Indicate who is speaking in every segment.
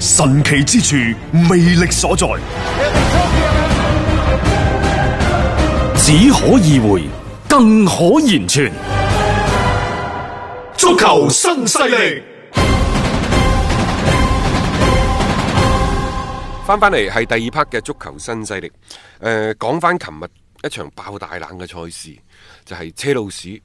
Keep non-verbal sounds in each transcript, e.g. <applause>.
Speaker 1: 神奇之處，魅力所在，
Speaker 2: 只可意會，更可言傳。
Speaker 3: 足球新勢力，
Speaker 4: 翻翻嚟係第二 part 嘅足球新勢力。誒、呃講翻琴日一場爆大冷嘅賽事，就係、車路士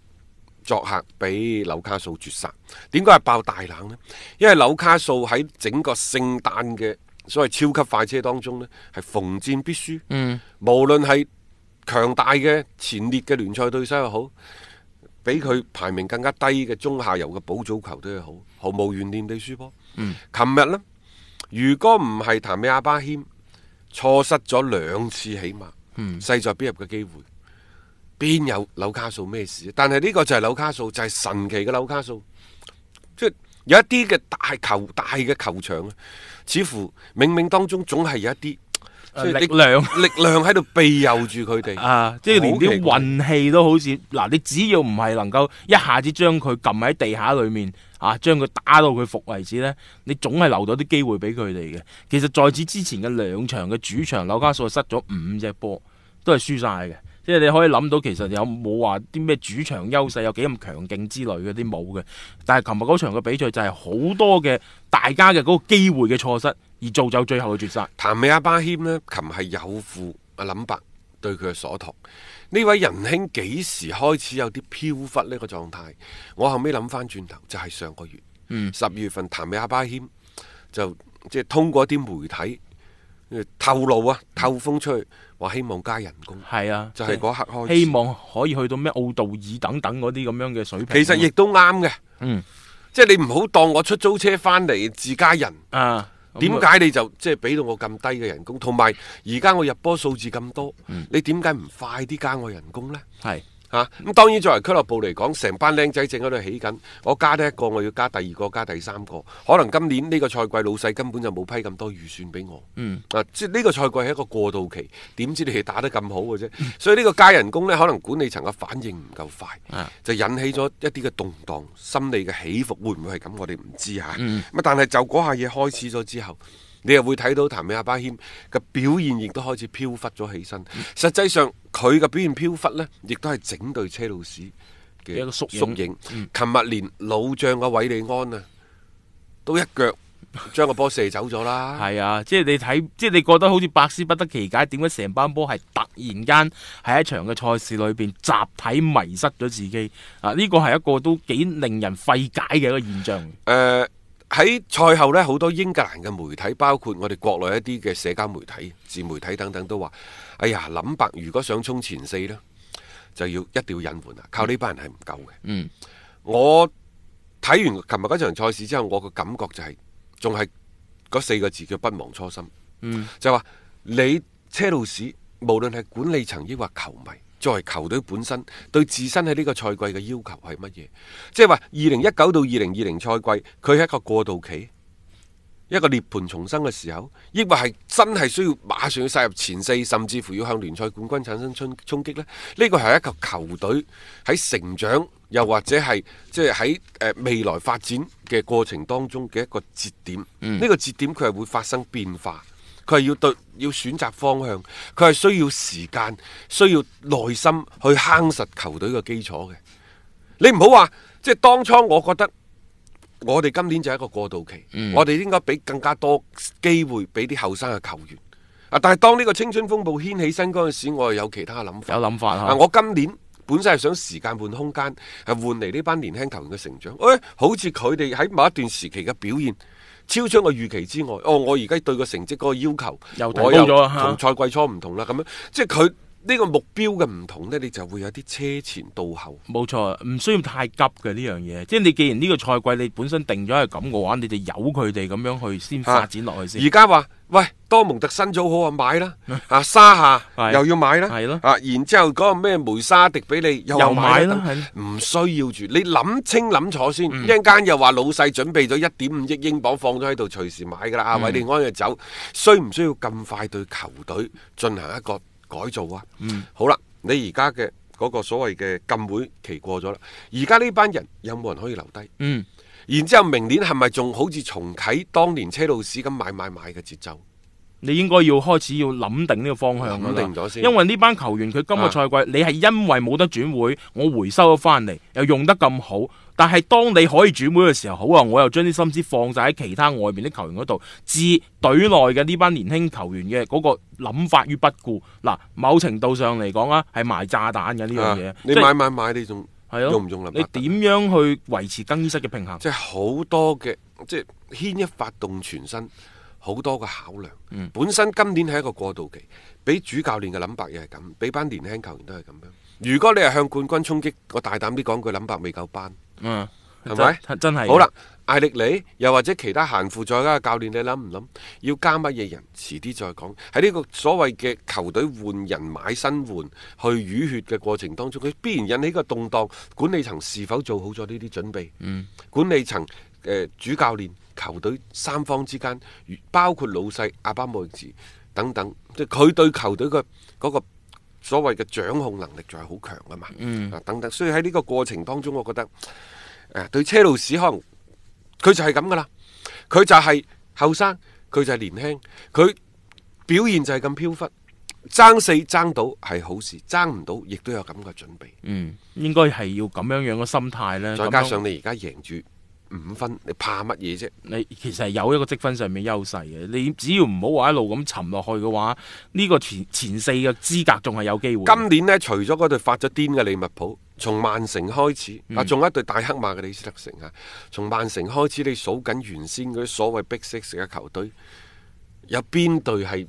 Speaker 4: 作客俾紐卡素絕殺。點解係爆大冷呢？因為紐卡素喺整個聖誕嘅所謂超級快車當中呢，係逢戰必輸。嗯，無論係強大嘅前列嘅聯賽對手又好。比佢排名更加低嘅中下游嘅保組球隊又好，毫無懸念地輸波。嗯，琴日呢，如果唔係譚美阿巴謙錯失咗兩次起碼，
Speaker 5: 嗯
Speaker 4: 勢在必入嘅機會，邊有紐卡素咩事？但係呢個就係紐卡素，就係、神奇嘅紐卡素，即係有一啲嘅大球大嘅球場啊，似乎冥冥當中總係有一啲。
Speaker 5: 誒
Speaker 4: 即係你
Speaker 5: 力量
Speaker 4: 力量喺度庇佑住佢哋
Speaker 5: 啊！即係連
Speaker 4: 好
Speaker 5: 啲
Speaker 4: 奇怪
Speaker 5: 運氣都好似嗱，你只要唔係能夠一下子將佢撳喺地下裏面啊，將佢打到佢服為止呢，你總係留到啲機會俾佢哋嘅。其實在此之前嘅兩場嘅主場，紐卡素係失咗五隻波，都係輸晒嘅。即係你可以諗到，其實有冇話啲咩主場優勢有幾咁強勁之類嗰啲冇嘅。但係琴日嗰場嘅比賽就係好多嘅大家嘅嗰個機會嘅錯失，而造就最後嘅絕殺。
Speaker 4: 譚美阿巴謙呢，琴係有負阿林伯對佢嘅所託。呢位仁兄幾時開始有啲飄忽呢個狀態？我後尾諗翻轉頭，就係、上個月，十二、月份譚美阿巴謙就即係通過一啲媒體呃透露啊，透風出去話希望加人工，
Speaker 5: 係啊，
Speaker 4: 就係嗰刻開始。
Speaker 5: 希望可以去到咩奧道爾等等嗰啲咁樣嘅水平。
Speaker 4: 其實亦都啱嘅，
Speaker 5: 嗯
Speaker 4: 即係你唔好當我出租車翻嚟自家人。
Speaker 5: 啊，咁啊
Speaker 4: 點解你就即係俾到我咁低嘅人工？同埋而家我入波數字咁多，
Speaker 5: 嗯
Speaker 4: 你點解唔快啲加我人工呢？
Speaker 5: 係
Speaker 4: 嚇、啊咁當然作為俱樂部嚟講，成班僆仔正喺度起緊，我加得一個，我要加第二個，加第三個。可能今年呢個賽季老細根本就冇批咁多預算俾我。嗯，啊，即係呢個賽季係一個過渡期，點知你哋打得咁好嘅啫？所以呢個加人工呢，可能管理層嘅反應唔夠快，就引起咗一啲嘅動盪，心理嘅起伏會唔會係咁？我哋唔知嚇。咁、但係就嗰下嘢開始咗之後。你又會睇到譚美阿巴謙嘅表現亦都開始飄忽咗起身。實際上佢嘅表現飄忽呢，亦都係整隊車路士嘅
Speaker 5: 一個縮影嗯
Speaker 4: 影。琴日連老將嘅韋利安啊，都一腳將個波射走咗啦。
Speaker 5: 係啊，即係你睇，即係你覺得好似百思不得其解，點解成班波係突然間喺一場嘅賽事裏邊集體迷失咗自己啊？呢個係一個都幾令人費解嘅一個現象。
Speaker 4: 誒喺賽後呢，好多英格蘭嘅媒體，包括我哋國內一啲嘅社交媒體、自媒體等等，都話：哎呀，林伯如果想衝前四呢，就要一定要隱瞞啊！靠呢班人係唔夠嘅。
Speaker 5: 嗯，
Speaker 4: 我睇完琴日嗰場賽事之後，我個感覺就係仲係嗰四個字叫不忘初心。嗯，就係話你車路士無論係管理層抑或球迷，作為球隊本身對自身喺呢個賽季嘅要求係乜嘢？即係話二零一九到二零二零賽季，佢係一個過渡期。一個涅槃重生嘅時候，抑或係真係需要馬上要殺入前四，甚至乎要向聯賽冠軍產生衝衝擊呢？呢個係一個球隊喺成長，又或者係即係喺誒未來發展嘅過程當中嘅一個節點。呢、個節點佢係會發生變化，佢係要對要選擇方向，佢係需要時間，需要耐心去夯實球隊嘅基礎嘅。你唔好話，即係當初我覺得我哋今年就係一個過渡期，
Speaker 5: 嗯
Speaker 4: 我哋應該俾更加多機會俾啲後生嘅球員。啊！但係當呢個青春風暴掀起身嗰陣時，我又有其他嘅諗法。
Speaker 5: 有諗法
Speaker 4: 啊！
Speaker 5: 嚇，
Speaker 4: 我今年本身係想時間換空間，係換嚟呢班年輕球員嘅成長。誒、好似佢哋喺某一段時期嘅表現。超出我預期之外，哦！我而家對個成績嗰個要求，
Speaker 5: 又提
Speaker 4: 我
Speaker 5: 高咗啊
Speaker 4: 同賽季初唔同啦，咁樣即係佢呢個目標嘅唔同呢，你就會有啲車前到後。
Speaker 5: 冇錯，唔需要太急嘅呢樣嘢。即係你既然呢個賽季你本身定咗係咁嘅話，你就由佢哋咁樣去先發展落去
Speaker 4: 而
Speaker 5: 先。
Speaker 4: 家話喂，多蒙特新組好啊，買
Speaker 5: <laughs>
Speaker 4: 啦！啊，沙夏
Speaker 5: 係
Speaker 4: 又要買啦，
Speaker 5: 係咯
Speaker 4: 啊，然之後嗰個咩梅沙迪比利又話
Speaker 5: 又買啦
Speaker 4: 等
Speaker 5: 係
Speaker 4: 唔需要住，你諗清諗楚先。一陣間又話老細準備咗一點五億英鎊放咗喺度，隨時買噶啦。阿韋利安就走，需唔需要咁快對球隊進行一個改造啊？好啦，你而家嘅嗰個所謂嘅禁會期過咗啦，而家呢班人有冇人可以留低？
Speaker 5: 嗯，
Speaker 4: 然之後明年係咪仲好似重啟當年車路士咁買買買嘅節奏？
Speaker 5: 你應該要開始要諗定呢個方向㗎啦
Speaker 4: 諗定咗先
Speaker 5: 因為呢班球員佢今個賽季你係因為冇得轉會，我回收咗翻嚟又用得咁好，但係當你可以轉會嘅時候，好啊，我又將啲心思放晒喺其他外面啲球員嗰度，置隊內嘅呢班年輕球員嘅嗰個諗法於不顧。嗱，某程度上嚟講啊，係埋炸彈嘅呢樣嘢
Speaker 4: 啊。你
Speaker 5: 即係
Speaker 4: 買買買，你仲
Speaker 5: 係咯，
Speaker 4: 用唔啊用林
Speaker 5: 你
Speaker 4: 伯特
Speaker 5: 點樣去維持更衣室嘅平衡？
Speaker 4: 即係好多嘅，即係牽一發動全身，好多嘅考量。
Speaker 5: 嗯
Speaker 4: 本身今年係一個過渡期，俾主教練嘅諗法又係咁，俾班年輕球員都係咁樣。如果你係向冠軍衝擊，我大膽啲講句，諗法未夠班，
Speaker 5: 嗯，
Speaker 4: 係咪
Speaker 5: 真真係
Speaker 4: 好啦，，艾力尼又或者其他閒輔在家嘅教練，你諗唔諗要加乜嘢人？遲啲再講。喺呢個所謂嘅球隊換人買新換去淤血嘅過程當中，佢必然引起一個動盪。管理層是否做好咗呢啲準備？嗯，管理層、呃、主教練、球隊三方之間，如包括老細阿巴莫治等等，即係佢對球隊嘅嗰個。所謂嘅掌控能力仲係好強噶嘛，
Speaker 5: 嗯
Speaker 4: 啊等等，所以喺呢個過程當中，我覺得誒啊對車路士可能佢就係咁噶啦，佢就係後生，佢就係年輕，佢表現就係咁飄忽，爭四爭到係好事，爭唔到亦都有咁嘅準備，
Speaker 5: 嗯，應該係要咁樣樣嘅心態咧。
Speaker 4: 再加
Speaker 5: 咁樣
Speaker 4: 上你而家贏住五分，你怕乜嘢啫？
Speaker 5: 你其實係有一個積分上面優勢嘅，你只要唔好話一路咁沉落去嘅話，呢、個前前四嘅資格仲係有機會。
Speaker 4: 今年呢，除咗嗰隊發咗癲嘅利物浦，從曼城開始，
Speaker 5: 嗯
Speaker 4: 啊，仲有一隊大黑馬嘅李斯特城啊，從曼城開始，你數緊原先嗰啲所謂 Big Six 嘅球隊，有邊隊係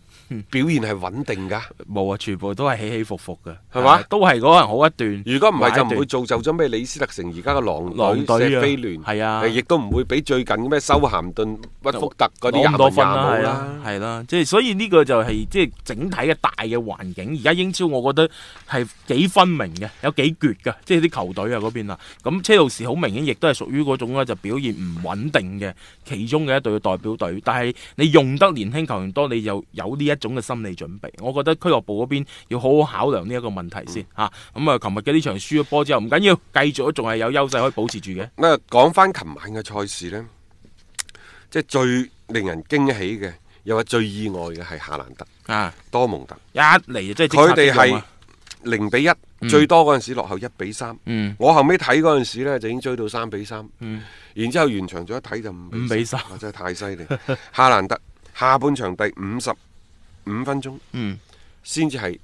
Speaker 4: 表現係穩定㗎？
Speaker 5: 冇啊，全部都係起起伏伏嘅，
Speaker 4: 係嘛
Speaker 5: 啊都係嗰人好一段。
Speaker 4: 如果唔係就唔會
Speaker 5: 會
Speaker 4: 造就咗咩李斯特城而家嘅狼
Speaker 5: 狼隊啊
Speaker 4: 隊、石飛聯，
Speaker 5: 係啊
Speaker 4: 誒亦都唔會俾最近咩修咸頓、屈福特嗰
Speaker 5: 攞
Speaker 4: 啲廿
Speaker 5: 咁多
Speaker 4: 文
Speaker 5: 分啦，係啊
Speaker 4: 廿武啦
Speaker 5: 啦，。係啦，即係所以呢個就係即係整體嘅大嘅環境。而家英超我覺得係幾分明嘅，有幾決嘅，即係啲球隊啊嗰邊啊。咁車路士好明顯亦都係屬於嗰種咧就表現唔穩定嘅其中嘅一隊嘅代表隊。但係你用得年輕球員多，你就有呢一種嘅心理準備。我覺得俱樂部嗰邊要好好考量呢一個問題先
Speaker 4: 嗯
Speaker 5: 嚇。咁啊，琴日嘅呢場輸咗波之後，唔緊要，繼續都仲係有優勢可以保持住嘅。
Speaker 4: 咁啊，講翻琴晚嘅賽事呢，即係最令人驚喜嘅，又話最意外嘅係夏蘭特、
Speaker 5: 啊，
Speaker 4: 多蒙特，
Speaker 5: 一嚟就真係即刻
Speaker 4: 佢哋
Speaker 5: 即用
Speaker 4: 係
Speaker 5: 啊
Speaker 4: 零比一，最多嗰陣時落後一比三。
Speaker 5: 嗯
Speaker 4: 我後尾睇嗰陣時咧，就已經追到三比三。然之後完場咗一睇就五
Speaker 5: 五比三
Speaker 4: 哇真係太犀利！夏蘭特下半場第五十五分鐘，
Speaker 5: 嗯
Speaker 4: 先至係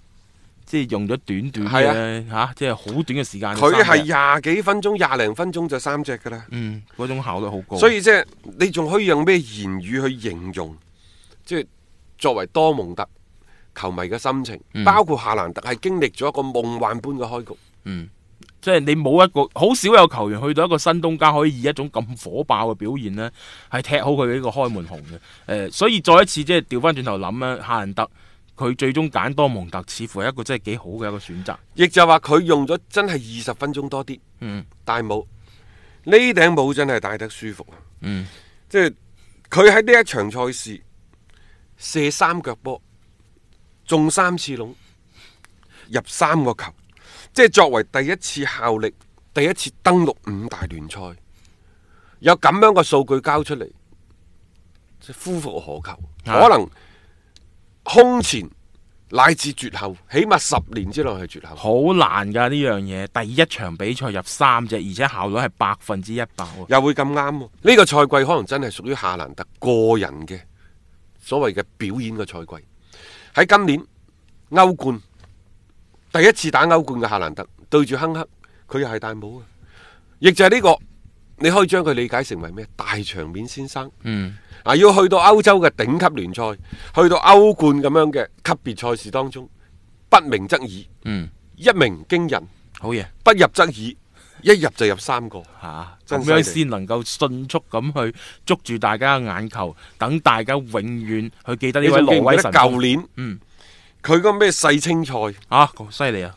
Speaker 5: 即係用咗短短
Speaker 4: 係啊
Speaker 5: 嘅嚇、即係好短嘅時間。三
Speaker 4: 佢係
Speaker 5: 日
Speaker 4: 廿幾分鐘、廿零分鐘就三隻㗎啦。
Speaker 5: 嗯嗰種效率好高，
Speaker 4: 所以即係你仲可以用咩言語去形容？即係作為多蒙特球迷嘅心情，
Speaker 5: 嗯
Speaker 4: 包括夏蘭特係經歷咗一個夢幻般嘅開局。
Speaker 5: 即係你冇一個好少有球員去到一個新東家可以以一種咁火爆嘅表現呢，係踢好佢嘅呢個開門紅嘅。誒、所以再一次即係調翻轉頭諗咧，夏蘭特佢最終揀多蒙特，似乎係一個真係幾好嘅一個選擇。
Speaker 4: 亦就話佢用咗真係二十分鐘多啲。
Speaker 5: 嗯，
Speaker 4: 戴帽呢頂帽真係戴得舒服啊！
Speaker 5: 嗯，
Speaker 4: 即係佢喺呢一場賽事射三腳波，中三次籠，入三個球，即係作為第一次效力、第一次登陸五大聯賽，有咁樣嘅數據交出嚟，即係夫復何求？
Speaker 5: 啊
Speaker 4: 可能空前乃至絕後，起碼十年之內係絕後。
Speaker 5: 好難㗎呢樣嘢，第一場比賽入三隻，而且效率係百分之一百喎。
Speaker 4: 又會咁啱喎。呢、個賽季可能真係屬於夏蘭特個人嘅所謂嘅表演嘅賽季。喺今年歐冠第一次打歐冠嘅夏蘭特對住亨克，佢又係戴帽啊！亦就係呢、個，你可以將佢理解成為咩？大場面先生。
Speaker 5: 嗯。
Speaker 4: 啊！要去到歐洲嘅頂級聯賽，去到歐冠咁樣嘅級別賽事當中，不鳴則已，
Speaker 5: 嗯，
Speaker 4: 一鳴驚人，
Speaker 5: 好嘢
Speaker 4: 不入則已，一入就入三個。
Speaker 5: 吓，
Speaker 4: 真
Speaker 5: 咁
Speaker 4: 犀利
Speaker 5: 樣先能夠迅速咁去捉住大家嘅眼球，等大家永遠去記得呢
Speaker 4: 你
Speaker 5: 位挪
Speaker 4: 仲記唔記
Speaker 5: 威
Speaker 4: 得
Speaker 5: 神
Speaker 4: 舊年
Speaker 5: 嗯
Speaker 4: 佢個咩世青賽，
Speaker 5: 啊，好犀利啊！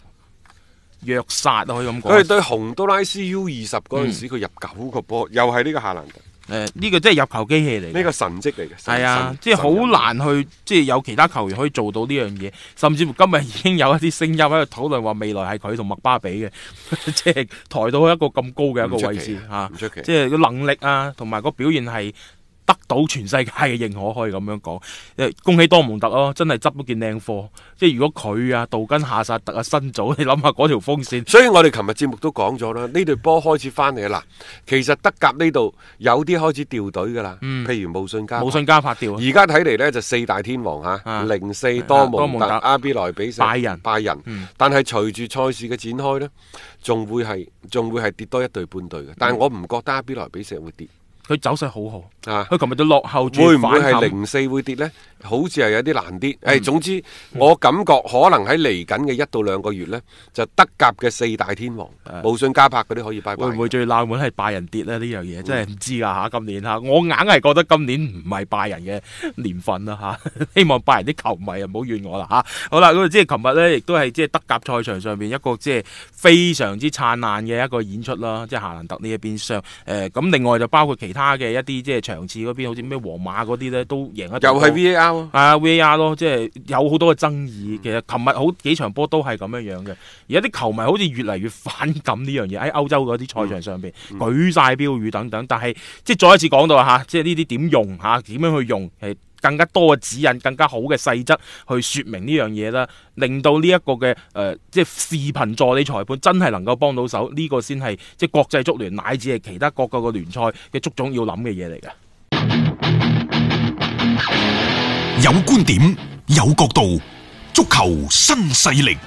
Speaker 5: 虐殺啊，可以咁
Speaker 4: 佢哋
Speaker 5: 講。
Speaker 4: 對洪都拉斯 U 二十嗰陣
Speaker 5: 嗯
Speaker 4: 時，佢入九個波，又係呢個夏蘭特，
Speaker 5: 誒，呢個真係入球機器嚟嘅。
Speaker 4: 呢個神蹟嚟嘅。神
Speaker 5: 啊係啊
Speaker 4: 神，
Speaker 5: 即係
Speaker 4: 神人
Speaker 5: 好難去，即係有其他球員可以做到呢樣嘢，甚至乎今日已經有一啲聲音喺度討論話未來係佢同麥巴比嘅， <laughs> 即係抬到一個咁高嘅一個位置
Speaker 4: 唔出奇啊
Speaker 5: 嚇
Speaker 4: 唔出奇，
Speaker 5: 即係個能力啊，同埋個表現係。得到全世界嘅認可，可以咁樣講。誒，恭喜多蒙特咯，真係執咗件靚貨。即係如果佢啊、杜根、夏薩特啊、新組， <laughs> 你諗下嗰條風
Speaker 4: <laughs>
Speaker 5: 線，
Speaker 4: 所以我哋琴日節目都講咗啦，呢隊波開始翻嚟啦。其實德甲呢度有啲開始掉隊噶啦，
Speaker 5: 嗯
Speaker 4: 譬如武信加柏。
Speaker 5: 冇信加拍
Speaker 4: <laughs>
Speaker 5: 掉啊！
Speaker 4: 而家睇嚟呢，就四大天王嚇，
Speaker 5: 啊
Speaker 4: 零四
Speaker 5: 多
Speaker 4: 多蒙
Speaker 5: 蒙
Speaker 4: 特、
Speaker 5: 特
Speaker 4: 阿比萊比錫、
Speaker 5: 拜仁嗯
Speaker 4: 拜仁。但係隨住賽事嘅展開呢，仲會係仲會係跌多一隊半隊嘅。
Speaker 5: 嗯
Speaker 4: 但係我唔覺得阿比萊比錫會跌
Speaker 5: 佢走勢好好，
Speaker 4: 啊。
Speaker 5: 佢琴日就落後住
Speaker 4: 會唔會
Speaker 5: 反
Speaker 4: 係
Speaker 5: 冚嗯
Speaker 4: 零四會跌呢？好似係有啲難啲。誒、總之我感覺可能喺嚟緊嘅一到兩個月呢，就德甲嘅四大天王，無信加柏嗰啲可以拜拜。
Speaker 5: 啊會唔會最冷門係拜仁跌咧？呢樣嘢
Speaker 4: 嗯
Speaker 5: 真係唔知噶吓，今年吓，我硬係覺得今年唔係拜仁嘅年份啦吓， <laughs> 希望拜仁啲球迷啊唔好怨我啦吓。好啦，咁啊即係琴日咧，亦都係即係德甲賽場上邊一個即係非常之燦爛嘅一個演出啦，即係夏蘭特呢一邊上誒，咁、另外就包括其他嘅一啲即係場次嗰邊，好似咩皇馬嗰啲咧都贏一隊
Speaker 4: 又係
Speaker 5: 波
Speaker 4: VAR 啊
Speaker 5: 啊 VR 咯，即係有好多嘅爭議。其實琴日好幾場波都係咁樣樣嘅，而家啲球迷好似越嚟越反感呢樣嘢喺歐洲嗰啲賽場上邊、舉晒標語等等。但係即係再一次講到啊嚇，即係呢啲點用嚇，點樣去用係。更加多嘅指引，更加好嘅細則去説明呢樣嘢啦，令到呢一個嘅誒、呃即係視頻助理裁判真係能夠幫到手，呢、個先係即係國際足聯乃至係其他各個嘅聯賽嘅足總要諗嘅嘢嚟嘅。
Speaker 3: 有观点，有角度，足球新势力。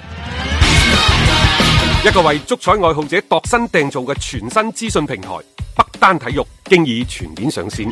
Speaker 4: 一個為足彩愛好者度身訂造嘅全新資訊平台北單體育，經已全面上線。